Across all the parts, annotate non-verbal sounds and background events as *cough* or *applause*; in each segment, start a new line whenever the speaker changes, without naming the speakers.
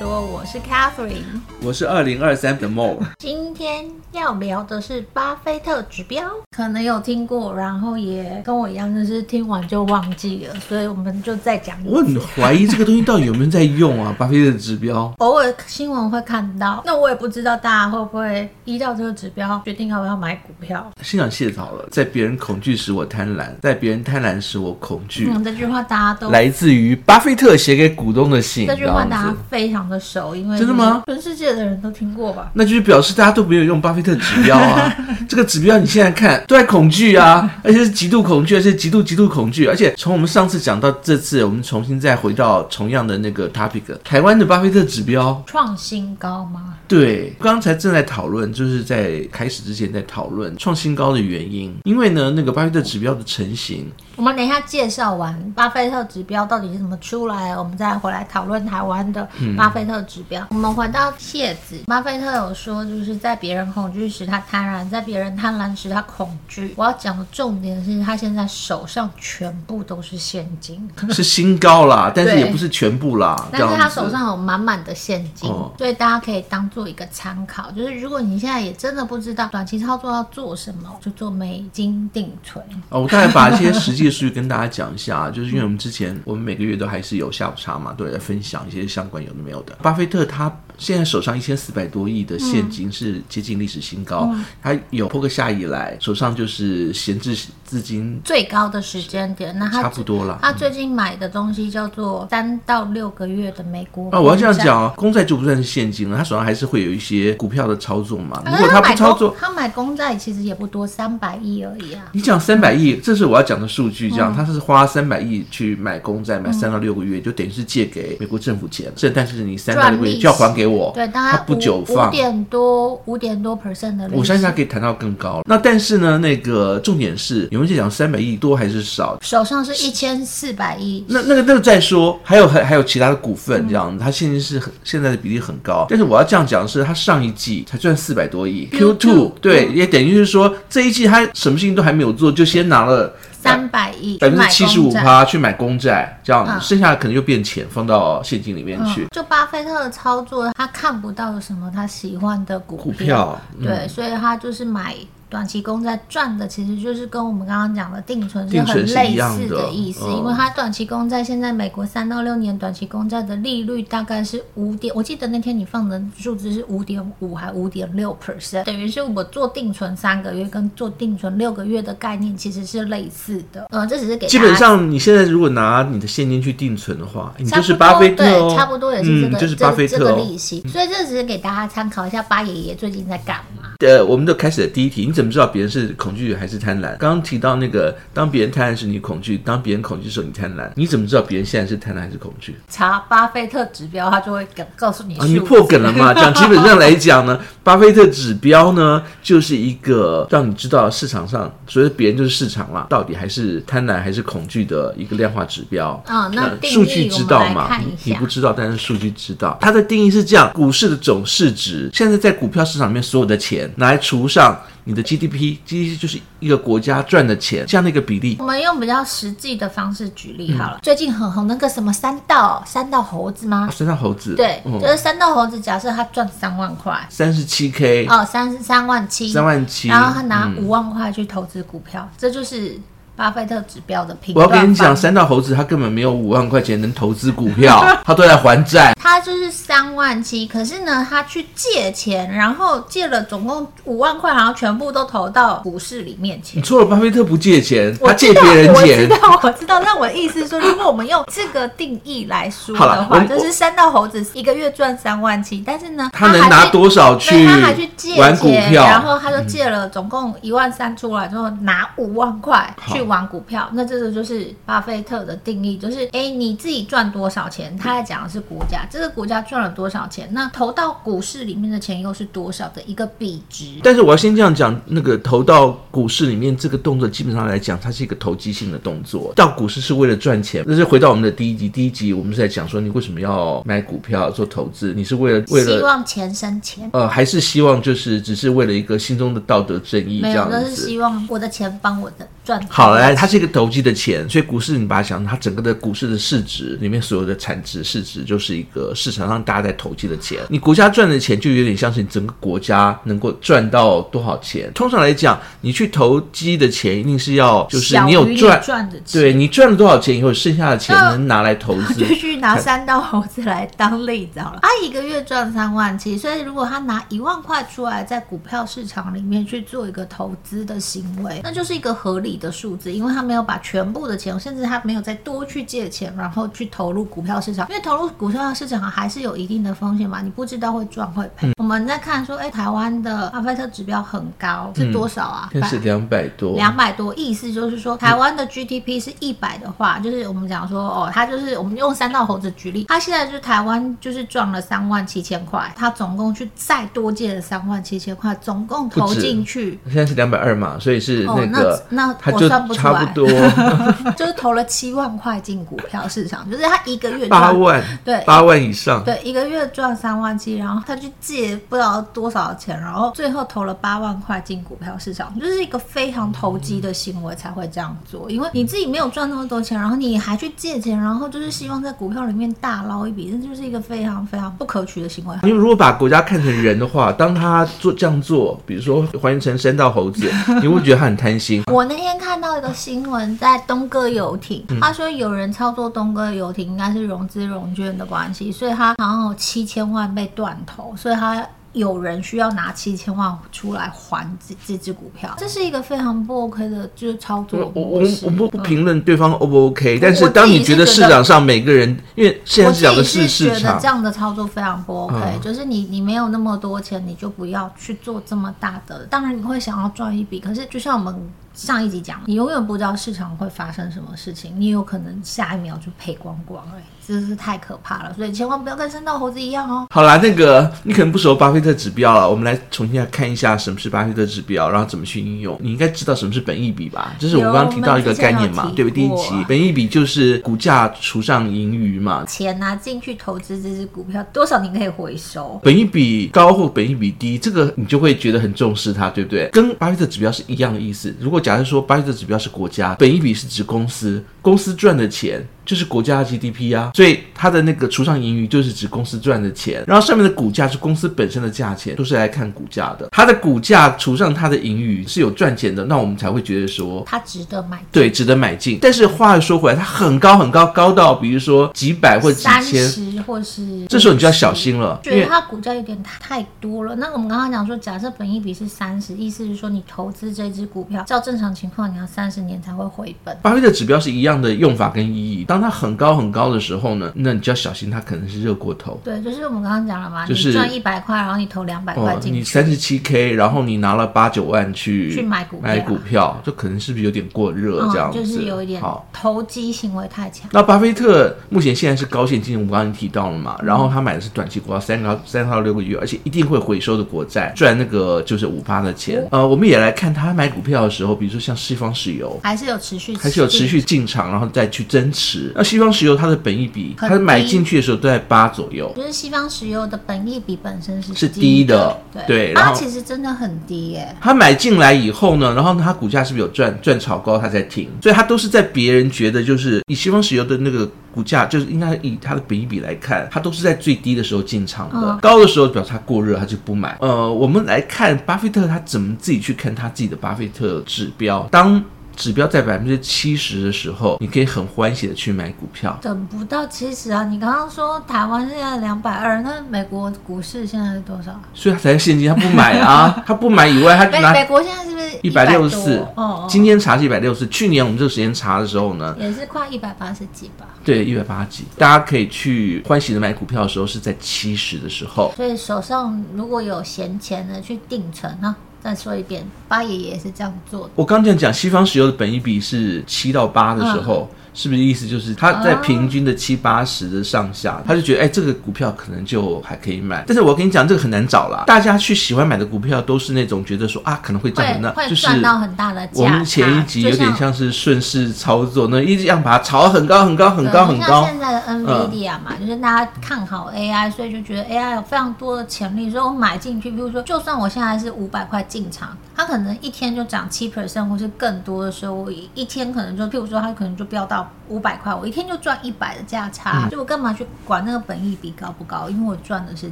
说，我是 Catherine。
我是二零二三的 Mo，
今天要聊的是巴菲特指标，可能有听过，然后也跟我一样，就是听完就忘记了，所以我们就再讲一
我很
次。
怀疑这个东西到底有没有在用啊？巴菲特的指标，
偶尔新闻会看到，那我也不知道大家会不会依照这个指标决定要不要买股票。
欣赏谢好了，在别人恐惧时我贪婪，在别人贪婪时我恐惧，
嗯，这句话大家都
来自于巴菲特写给股东的信，
这句话
这
大
样
家
子
非常的熟，因为
真的吗？
全世界的人都听过吧？
那就是表示大家都没有用巴菲特指
*laughs*
标啊。这个指标你现在看都在恐惧啊，而且是极度恐惧，而且极度极度恐惧，而且从我们上次讲到这次，我们重新再回到同样的那个 topic，台湾的巴菲特指标。
创新高吗？
对，刚才正在讨论，就是在开始之前在讨论创新高的原因，因为呢，那个巴菲特指标的成
*laughs*
型，
我们等一下介绍完巴菲特指标到底是怎么出来，我们再回来讨论台湾的
嗯
巴菲特指标。我们回到谢子，巴菲特有说，就是在别人恐惧时他贪婪，在别人贪婪时他恐惧。我要讲的重点是他现在手上全部都是现金，
是新高
*laughs*
啦，但是
对
也不是全部啦，这
但是
样
他
子
手上有满满的现金，
哦
所以大家可以当做一个参考。就是如果你现在也真的不知道短期操作要做什么，就做美金定存。
哦，我大概把一些实际的数据跟大家讲一下，就是因为我们之前我们每个月都还是有下午茶嘛，都有在分享一些相关有的没有的。巴菲特他现在手上一千四百多亿的现金
嗯
是接近历史新高，他有破个下以来手上就是闲置资金
最高的时间点，那他
差不多啦。
他最近买的东西叫做三到六个月的美国
啊，我要这样
公债。
讲哦，公债就不算是现金了，他手上还是会有一些股票的操作嘛。如果
可是他
不
啊买
操
公
作，
他买公债其实也不多，三百亿而已啊。
你讲三百亿，这是我要讲的数据，这
嗯
样他是花三百亿去买公债，买三到六个月，就等于是借给美国政府钱，这但是你三到六个
赚利
月
息
就要还给我，
对，大
哦他
概
不久
五
放。
点多五点多 percent 的利息。
我相信他可以谈到更高。那但是呢，那个重点是，有人在讲三百亿多还是少？
手上是一千四百亿，
那那个那个再说，还有还还有其他的股
嗯
份这样子，它现金是很现在的比例很高。但是我要这样讲的是，它上一季才赚四百多亿
Q2
，Q two 对，
嗯
也等于是说这一季它什么事情都还没有做，就先拿了
三百亿
百分之
买
七十五
公债。
趴去买公债，这样、
嗯
剩下的可能就变钱放到现金里面去。
嗯就巴菲特的操作，他看不到有什么他喜欢的股
股票嗯
对，所以他就是买短期公债赚的，其实就是跟我们刚刚讲的定存是
定
很
存是
类
一样
似
的
意思，
嗯
因为他短期公债现在美国三到六年短期公债的利率大概是五点，我记得那天你放的数字是五点五还五点六 percent，等于是我做定存三个月跟做定存六个月的概念其实是类似的，呃，这只是给
基
大家
本上，你现在如果拿你的现金去定存的话，你就是
差
巴
不多
菲特哦，
对，差不多也是这个，
嗯、就是
这
巴菲特、哦
这个利息，所以这只是给大家参考一下巴爷爷最近在干嘛。
呃，我们的开始的第一题，你怎么知道别人是恐惧还是贪婪？刚刚提到那个，当别人贪婪时你恐惧，当别人恐惧时你贪婪，你怎么知道别人现在是贪婪还是恐惧？
查巴菲特指标，他就会梗告诉你
啊，你
数字
破梗了嘛？讲基本上来讲呢，巴菲特指标呢，就是一个让你知道市场上，所以别人就是市场啦，到底还是贪婪还是恐惧的一个量化指标。
啊、那
那
定义
呃数据知道
我们来
嘛？
看一
你你
下
不。知道，但是数据知道。它的定义是这样：股市的总市值，现在在股票市场里面所有的钱，拿来除上你的 GDP，GDP 就是一个国家赚的钱，这样的一个比例
我。们用比较实际的方式举
嗯
例好了。最近很红那个什么三道三道猴子吗
啊，？三道猴子，哦
对，就是三道猴子，假设他赚三万块，
三十七 K，
哦，三三万七，
三万七，
然后他拿
嗯
五万块去投资股票，这就是巴菲特指标的评
我
断
要
方式。
跟你讲，三道猴子他根本没有五万块钱能投资股
*laughs*
票，他都在还债。
他就是三万七，可是呢，他去借钱，然后借了总共五万块，然后全部都投到股市里面去
你。错了，巴菲特不借钱，
我
嗯他
知
借
道
别人钱
我。知道，我 *laughs* 知道。那我的意思是说，如果我们用这个定义来说
好
的
啦
话，
我
就是三道猴子一个月赚三万七，但是呢，
他
还
能拿
去
多少
对，他还去借
玩股
钱，
票？嗯
然后他就借了总共一万三出来，之后拿五万块
好
去玩股票。那这个就是巴菲特的定义，就是哎，你自己赚多少钱？他在讲的是国家，这个国家赚了多少钱？那投到股市里面的钱又是多少的一个比值？
但是我要先这样讲，那个投到股市里面这个动作，基本上来讲，它是一个投机性的动作。到股市是为了赚钱，那是回到我们的第一集。第一集我们是在讲说，你为什么要买股票做投资？你是为了为
希
了
望钱生钱。
呃，还是希望就是只是为了一个心中的道德正义这
没有，
样
那是
子？
希望我的钱帮我的赚到
好来，它是一个投机的钱，所以股市你把它想，它整个的股市的市值里面所有的产值市值就是一个市场上大家在投机的钱。你国家赚的钱就有点像是你整个国家能够赚到多少钱。通常来讲，你去投机的钱一定是要就是
小
你
于
有
你
赚，
赚的钱，
对你赚了多少钱以后，剩下的钱
那
能拿来投资
就。去拿三刀猴子来当例子好了。他啊一个月赚三万七，所以如果他拿一万块出来在股票市场里面去做一个投资的行为，那就是一个合理的数字，因为他没有把全部的钱，甚至他没有再多去借钱，然后去投入股票市场，因为投入股票市场还是有一定的风险嘛，你不知道会赚会赔。我们在看说，哎、台湾的巴菲特指标很高，是多少啊？
现在是两百多，
两百多，意思就是说，台湾的 GDP 是一百的话，就是我们讲说，哦，他就是我们用三道猴子举例，他现在就是台湾就是赚了三万七千块，他总共去再多借了三万七千块，总共投
不止
进去。
现在是两百二嘛，所以是
哦，
个，
那那
它
我
就
算不出
差
来
不，多 *laughs*
就是投了七万块进股票市场，就是他一个月
八
赚
万，
*laughs* 对
八万以上。
对，一个月赚三万七，然后他去借不知道多少钱，然后最后投了八万块进股票市场，就是一个非常投机的行为才会这样做，因为你自己没有赚那么多钱，然后你还去借钱，然后就是希望在股票里面大捞一笔，这就是一个非常非常不可取的行为。
因为如果把国家看成人的话，当他做这样做，比如说还原成三道猴
*laughs*
子，你会觉得他很贪心。
我那天看到一个新闻，在东哥游艇，
嗯
他说有人操作东哥游艇，应该是融资融券的关系，所以他好像有七千万被断头，所以他。有人需要拿七千万出来还这这只股票，这是一个非常不 OK 的，就是操
我
作
我
模
我
式
我不不
嗯
评论对方 O 不 OK，但
我
是
自己
当你觉得
是
市
觉得
场上每个人，因为现
我
在
自
讲的
己
市
觉得
场
这，样的操作非常不 OK，、
嗯
就是你你没有那么多钱，你就不要去做这么大的。当然你会想要赚一笔，可是就像我们上一集讲，你永远不知道市场会发生什么事情，你有可能下一秒就赔光光、哎，真是太可怕了。所以千万不要跟山道猴子一样哦。
好啦，那个你可能不熟巴菲特指标了，我们来重新来看一下什么是巴菲特指标，然后怎么去应用。你应该知道什么是本益比吧？这是我
有
们刚刚提到一个概念
我
嘛
们，之
对
前有
不对？第
提
一
过
集本益比就是股价除上盈余嘛。
钱拿进去投资这只股票，多少你可以回收？
本益比高或本益比低，这个你就会觉得很重视它，对不对？跟巴菲特指标是一样的意思。如果假设说巴菲特指标是国家，本益比是指公司，公司赚的钱就是国家的 GDP 啊，所以它的那个除上盈余就是指公司赚的钱，然后上面的股价是公司本身的价钱，都是来看股价的。它的股价除上它的盈余是有赚钱的，那我们才会觉得说。
它值得买
对，值得买进。但是话又说回来，它很高很高，高到比如说几百或几
三
千，
十或是
这时候你就要小心了，因
觉
为
得它股价有点太太多了。那我们刚刚讲说，假设本益比是三十，意思是说你投资这只股票，照正常情况你要三十年才会回本。
巴菲特指标是一样的用法跟意义。当它很高很高的时候呢，那你就要小心，它可能是热过头。
对，就是我们刚刚讲了嘛，
就是
你赚一百块，然后你投两百块
哦，
进
你
去，
三十七 K，然后你拿了八九万去
去买股票哦
买股票，这可能是不是有点过热这样子？
就是有一点
好。
投机行为太强。
那巴菲特目前现在是高现金，我们刚刚提到了嘛，然后他买的是短期股票，三到三到六个月，而且一定会回收的国债，赚那个就是五八的钱。
哦
呃，我们也来看他买股票的时候，比如说像西方石油，
还是有持续，
还是有持。续进场，然后再去增持。那西方石油它的本益比，
很
它买
低
进去的时候都在八左右，
就是西方石油的本益比本身是
是
低
低的对然
它
后
其实真的很低耶。
它买进来以后呢，然后它股价是不是有赚赚炒高，它才停，所以它都是在别人觉得就是以西方石油的那个股价，就是应该以它的本益比来看，它都是在最低的时候进场的，
嗯
高的时候表示它过热，它就不买。呃，我们来看巴菲特他怎么自己去看他自己的巴菲特指标，当。指标在百分之七十的时候，你可以很欢喜的去买股票。
等不到七十啊！你刚刚说台湾现在两百二，那美国股市现在是多少？
所以他才现金，他不买
*laughs*
啊，他不买以外，他
美
拿
美国现在是不是
一百
百
六十四
哦，，
今天查是一百六十，去年我们这个时间查的时候呢，
也是快一百八十几吧。
对一百八几，大家可以去欢喜的买股票的时候是在七十的时候。
所以手上如果有闲钱的去定存啊，再说一遍，八爷爷是这样做的。嗯
我刚这样讲，西方石油的本益比是七到八的时候，是不是意思就是他在平均的七八十的上下，
哦
他就觉得哎、这个股票可能就还可以买。但是我跟你讲，这个很难找啦。大家去喜欢买的股票都是那种觉得说啊可能会
会
涨的那，
会
就是
赚到很大的价差。
我们前一集有点像是顺势操作，那一直样把它炒很高很高很
就
高
像
很
就像
高。嗯
现在的 NVIDIA 嘛，就是大家看好 AI，所以就觉得 AI 有非常多的潜力，所以我买进去。比如说，就算我现在是五百块进场，它可能一天就涨七 percent 或是更多的时候，我一天可能就，譬如说它可能就飙到五百块，我一天就赚一百的价
嗯
差，就我干嘛去管那个本益比高不高？因为我赚的是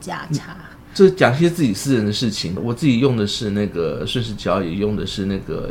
价
嗯
差。
这讲一些自己私人的事情，我自己用的是那个顺势交易，用的是那个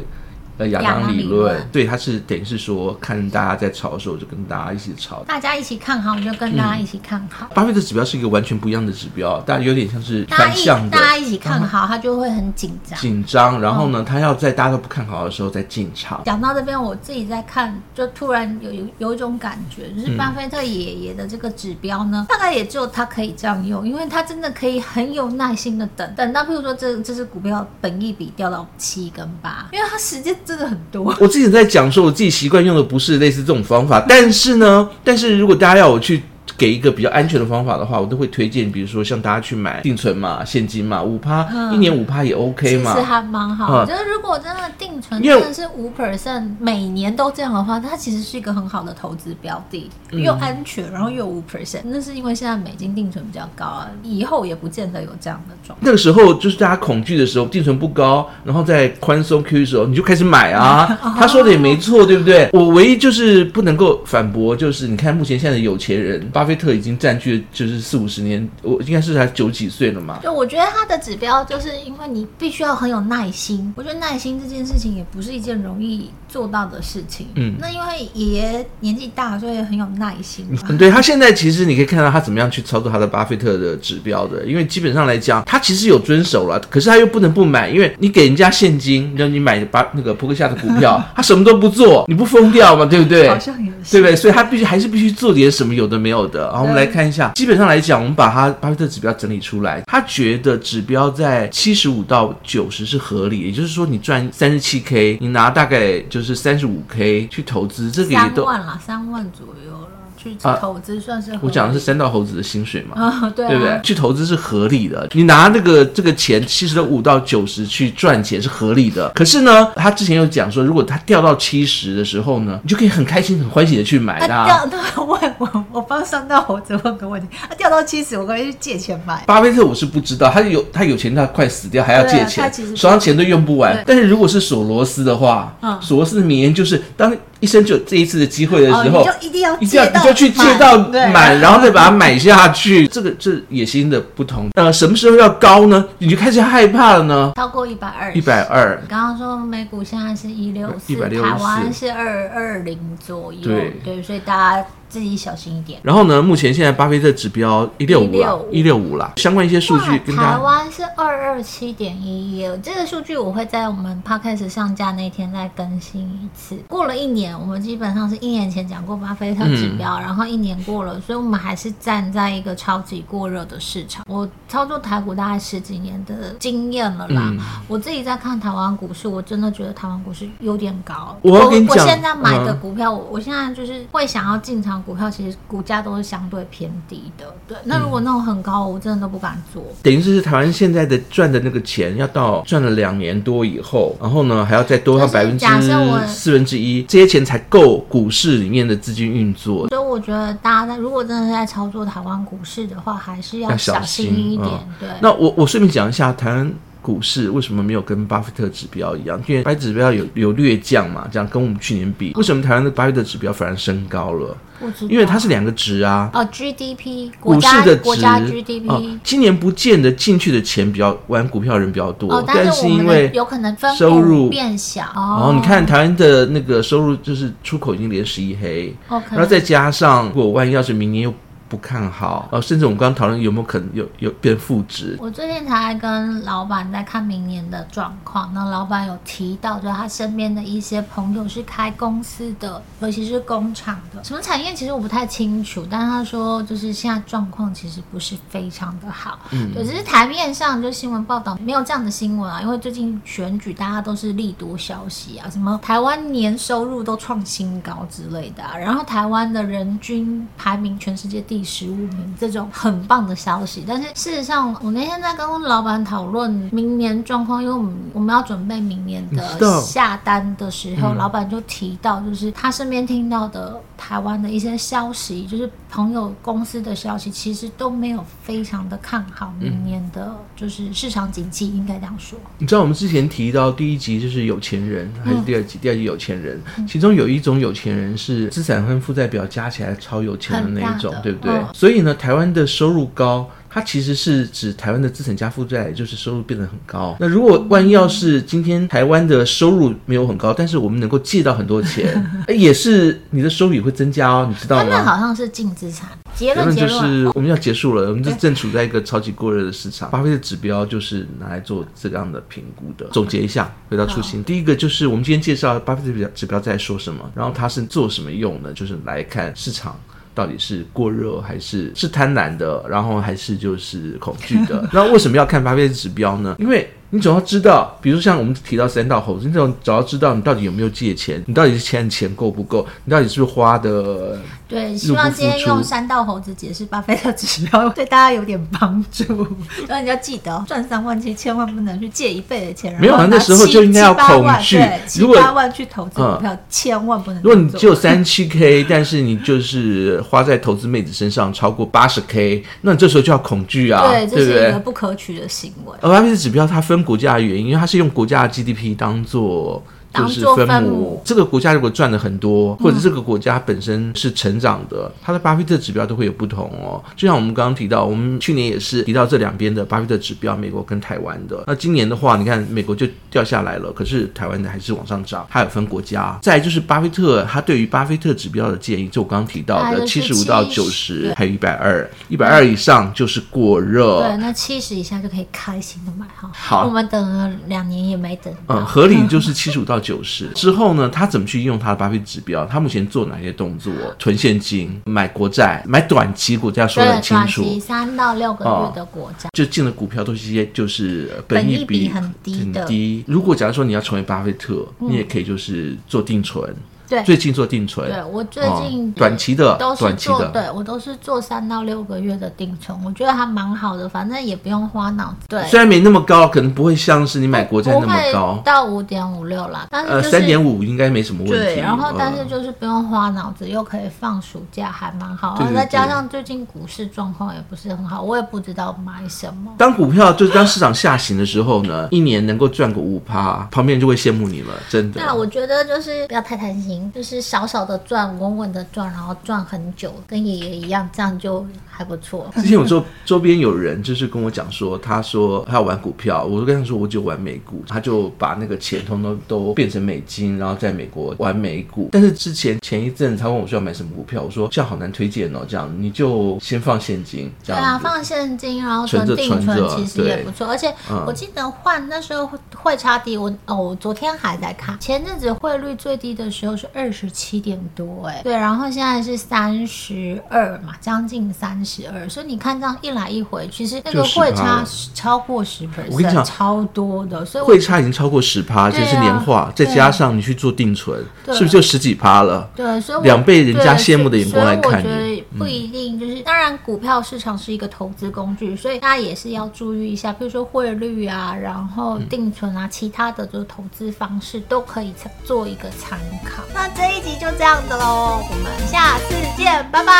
呃亚
亚
当
当理
理论
论。
对，它是等于是说看大家在炒的时候，我就跟大家一起炒。
大家一起看好，你就跟大
嗯
家一起看好。
巴菲特指标是一个完全不一样的指标，但有点像是
大
反
家一
向的嗯
大家一嗯起看好，他就会很紧张。
紧张，然后呢，他要在大家都不看好的时候再进场。
讲到这边，我自己在看，就突然有有有一种感觉，
嗯
就是巴菲特爷爷的这个指标呢，大概也只有他可以这样用，因为他真的可以很有耐心的等，等到譬如说这这只股票本益比掉到七跟八，因为它时间真的很
*laughs*
多。
我之前在讲说，我自己习惯用的不是类似这种方
嗯
法，但是呢，但是如果大家要我去给一个比较安全的方法的话，我都会推荐，比如说像大家去买定存嘛、现金嘛，五趴、一年五趴也 OK
嗯其实
嘛。
还蛮好，
嗯
就是如果真的定存
因为
真的是五 percent，每年都这样的话，它其实是一个很好的投资标的，
嗯
又安全，然后又五 percent。那是因为现在美金定存比较高啊，以后也不见得有这样的状况。
那个时候就是大家恐惧的时候，定存不高，然后在宽松 QE 的时候，你就开始
*laughs*
买
哦
啊。他说的也没错，对不对？我唯一就是不能够反驳，就是你看目前现在的有钱人，巴菲特已经占据了就是四五十年，我应该是才九几岁了嘛。
就我觉得它的指标，就是因为你必须要很有耐心。我觉得耐心这件事情也不是一件容易做到的事情。
嗯
那因为爷爷年纪大，所以很有耐心嘛。
*laughs* 嗯，对他现在其实你可以看到他怎么样去操作他的巴菲特的指标的，因为基本上来讲，他其实有遵守了，可是他又不能不买，因为你给人家现金，让你买巴那个扑克下的股票，他什么都不做，你不疯掉吗？对不对？
好像也是
对不对？所以他必须还是必须做点什么有的没有的。然后我们来看一下，基本上来讲，我们把他巴菲特指标整理出来，他觉得指标在七十五到九十是合理，也就是说你赚三十七 k，你拿大概就是三十五 k 去投资，这个也
三
都。
万啦，三万左右了，去
啊
投资算是合理、
我
*laughs*
讲的是三道猴子的薪水嘛，
啊，对啊，
对不对？去投资是合理的，你拿那个这个钱七十五到九十去赚钱是合理的。可是呢，他之前有讲说，如果他掉到七十的时候呢，你就可以很开心、很欢喜的去买
啊，
它、啊。
掉到问我，我帮上到猴子问个问题，啊，掉到七十，我可以去借钱买。
巴菲特我是不知道，他有他有钱到快死掉还要借
对啊他
钱，
其实
手上钱都用不完
对。
但是如果是索罗斯的话，
嗯
索罗斯的名言就是：当一生只有这一次的机会的
哦，
时
你
候，
就一定要
一定要
借
你
到，
就去借到
对
满，然后再把它买下去，这个这野心的不同。呃，什么时候要高呢？你就开始害怕了呢？
超过一百二，
一百二，
你刚刚说美股现在是一六四，
164
台湾是二二零左右，
对
所以大家自己小心一点。
然后呢，目前现在巴菲特指标一六五啦，一六五啦，相关一些数据跟
哇台
大家。
湾是二二七点一一，这个数据我会在我们 podcast 上架那天再更新一次。过了一年，我们基本上是一年前讲过巴菲特指
嗯
标，然后一年过了，所以我们还是站在一个超级过热的市场。我操作台股大概十几年的经验了啦，
嗯
我自己在看台湾股市，我真的觉得台湾股市有点高。
我要
我
跟你
我
讲
现在买的
嗯
股票，我我现在就是会想要进场股票，其实股价都是相对偏低的。对，
嗯
那如果那种很高，我真的都不敢做。
等于是台湾现在的赚的那个钱，要到赚了两年多以后，然后呢还要再多上
就是
百分之
假设我
四分之一，这些钱才够股市里面的资金运作。
所以我觉得大家在如果真的是在操作台湾股市的话，还是
要小
小
心
一点。
嗯
对，
那我我顺便讲一下台湾股市为什么没有跟巴菲特指标一样，因为巴菲特指标有有略降嘛，这样跟我们去年比，为什么台湾的巴菲特指标反而升高了？
不知道
因为它是两个值啊，
哦 GDP 国
股市
家
的值
国家 GDP
哦。今年不见得进去的钱比较玩股票的人比较多，
哦，
但
是
是
我
因
们
为
的有可能分
收
股
入
变小
然
哦
后你看台湾的那个收入就是出口已经连十一黑，
哦，OK，
然后再加上如果万一要是明年又不看好，呃，甚至我们刚刚讨论有没有可能有有变负值，
我最近才跟老板在看明年的状况，那老板有提到，就是他身边的一些朋友是开公司的，尤其是工厂的，什么产业其实我不太清楚，但他说就是现在状况其实不是非常的好，嗯，对，只是台面上就新闻报道没有这样的新闻啊，因为最近选举大家都是利多消息啊，什么台湾年收入都创新高之类的啊、然后台湾的人均排名全世界第十五名，这种很棒的消息，但是事实上我那天在跟老板讨论明年状况，因为我们我们要准备明年
你知道
的下单的时
嗯
候，老板就提到，就是他身边听到的台湾的一些消息，就是朋友公司的消息，其实都没有非常的看好明年的，就是市场景气，应该这样说。
你知道我们之前提到第一集就是有钱人，还是第二集？第二集有钱人，
嗯
其中有一种有钱人是资产和负债表加起来超有钱的那一种
很大，的
对不对？
嗯
所以呢，台湾的收入高。它其实是指台湾的资产加负债，就是收入变得很
嗯
高。那如果万一要是今天台湾的收入没有很高，但是我们能够借到很多钱，
*laughs*
哎也是你的收入也会增加哦，你知道
他
吗？
们好像是净资产，结
结
论
论
结
就
论啊。
是我们要结束了，我们就正处在一个超级过热的市场。巴菲特指标就是拿来做这样的评估的。总结一下，回到初心，第一个就是我们今天介绍巴菲特指标指标在说什么，然后它是做什么用呢？就是来看市场。到底是过热还是是贪婪的，然后还是就是恐惧
*laughs*
的？那为什么要看巴菲特指标呢？因为你总要知道，比如像我们提到三道猴子，你总总要知道你到底有没有借钱，你到底是欠钱够不够，你到底是不是花的
对，希望今天
入不敷
用
出
山道猴子解释巴菲特指标，对大家有点帮助。 *laughs* 然后你要记得哦，赚三万七千万不能去借一倍的钱，
没有
然后拿
那时候就应该要
七七八万
恐惧
对七
如果啊
八万去投资股票，千万不能这
如果你
么做。
只有三七
*laughs*
K，但是你就是花在投资妹子身上超过八十 K，那你这时候就要恐惧啊，
对，这
不
是一个
对？哦
不可取的行为。
而 IPC 指呃标它分国家的原因，因为它是用国家的 GDP 当做。就是
当作分
母，
母嗯
这个国家如果赚了很多，或者这个国家本身是成长的，它的巴菲特指标都会有不同哦。就像我们刚刚提到，我们去年也是提到这两边的巴菲特指标，美国跟台湾的。那今年的话，你看美国就掉下来了，可是台湾的还是往上涨，它有分国家。再来就是巴菲特，他对于巴菲特指标的建议，就我刚刚提到
大
的
概
七
是
十五到九
70
十，还有一百二，一百二以上就是过热。
对，那七十以下就可以开心的买哈。
好
我们等了两年也没等到。
嗯，合理就是七十五到九十之后呢，他怎么去运用他的巴菲特指标？他目前做哪些动作？存现金、买国债、买短期股价，说
对
得很，清
短
楚。
期三到六个
哦
月的国债，
就进的股票都是一些就是呃
本益
益比
比很低的嗯
低如果假如说你要成为巴菲特，你也可以就是做定存，
对
最近做定存，
对我最
哦
近
短期的
都，是
短期
做，
的。
对我都是做三到六个月的定存，我觉得还蛮好的，反正也不用花脑子。对，
虽然没那么高，可能不会像是你买国债那么
不会
高，
到五点五六啦，但是
呃，
就是
三点五应该没什么问题。
对，然后但是
嗯
就是不用花脑子，又可以放暑假，还蛮好。
对
然
对
后再加
对
上最近股市状况也不是很好，我也不知道买什么。
当股票就是当市场下行的时候呢，一年能够赚个五趴，旁边人就会羡慕你了，真的。
对啊，我觉得就是不要太贪心，就是少少的赚，稳稳的赚，然后赚很久，跟爷爷一样，这样就还不错。
之前我周周边有人就是跟我讲说，他说他要玩股票，我就跟他说我只有玩美股，他就把那个钱通通都变成美金，然后在美国玩美股。但是之前前一阵他问我说要买什么股票，我说这样好难推荐哦，这样你就先放现金，这
对
样
啊，
子
放现金，然后
存
存
着
定
存
存，
着啊
其实也
对
不错。而且
嗯
我记得换那时候汇差低，我哦，我昨天还在看，前阵子汇率最低的时候是二十七点多，哎，对，然后现在是三十二嘛，将近三十二，所以你看这样一来一回，其实那个
就10%
汇
了
差是超过十
我跟你讲
percent，超多的，所以我
汇差已经超过十趴，而且是
对啊
年化，再
对啊
加上你去做定存，
对啊
是不是就十几趴了？
对，所以我
两倍人家羡慕的眼光来看你嗯
对所以所以我觉得不一定，就是、当然，股票市场是一个投资工具，所以大家也是要注意一下，比如说汇率啊，然后
嗯
定存啊，其他的就是投资方式都可以参做一个参考。那这一集就这样子喽，我们下次见，拜拜。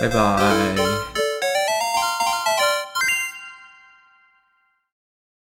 拜拜。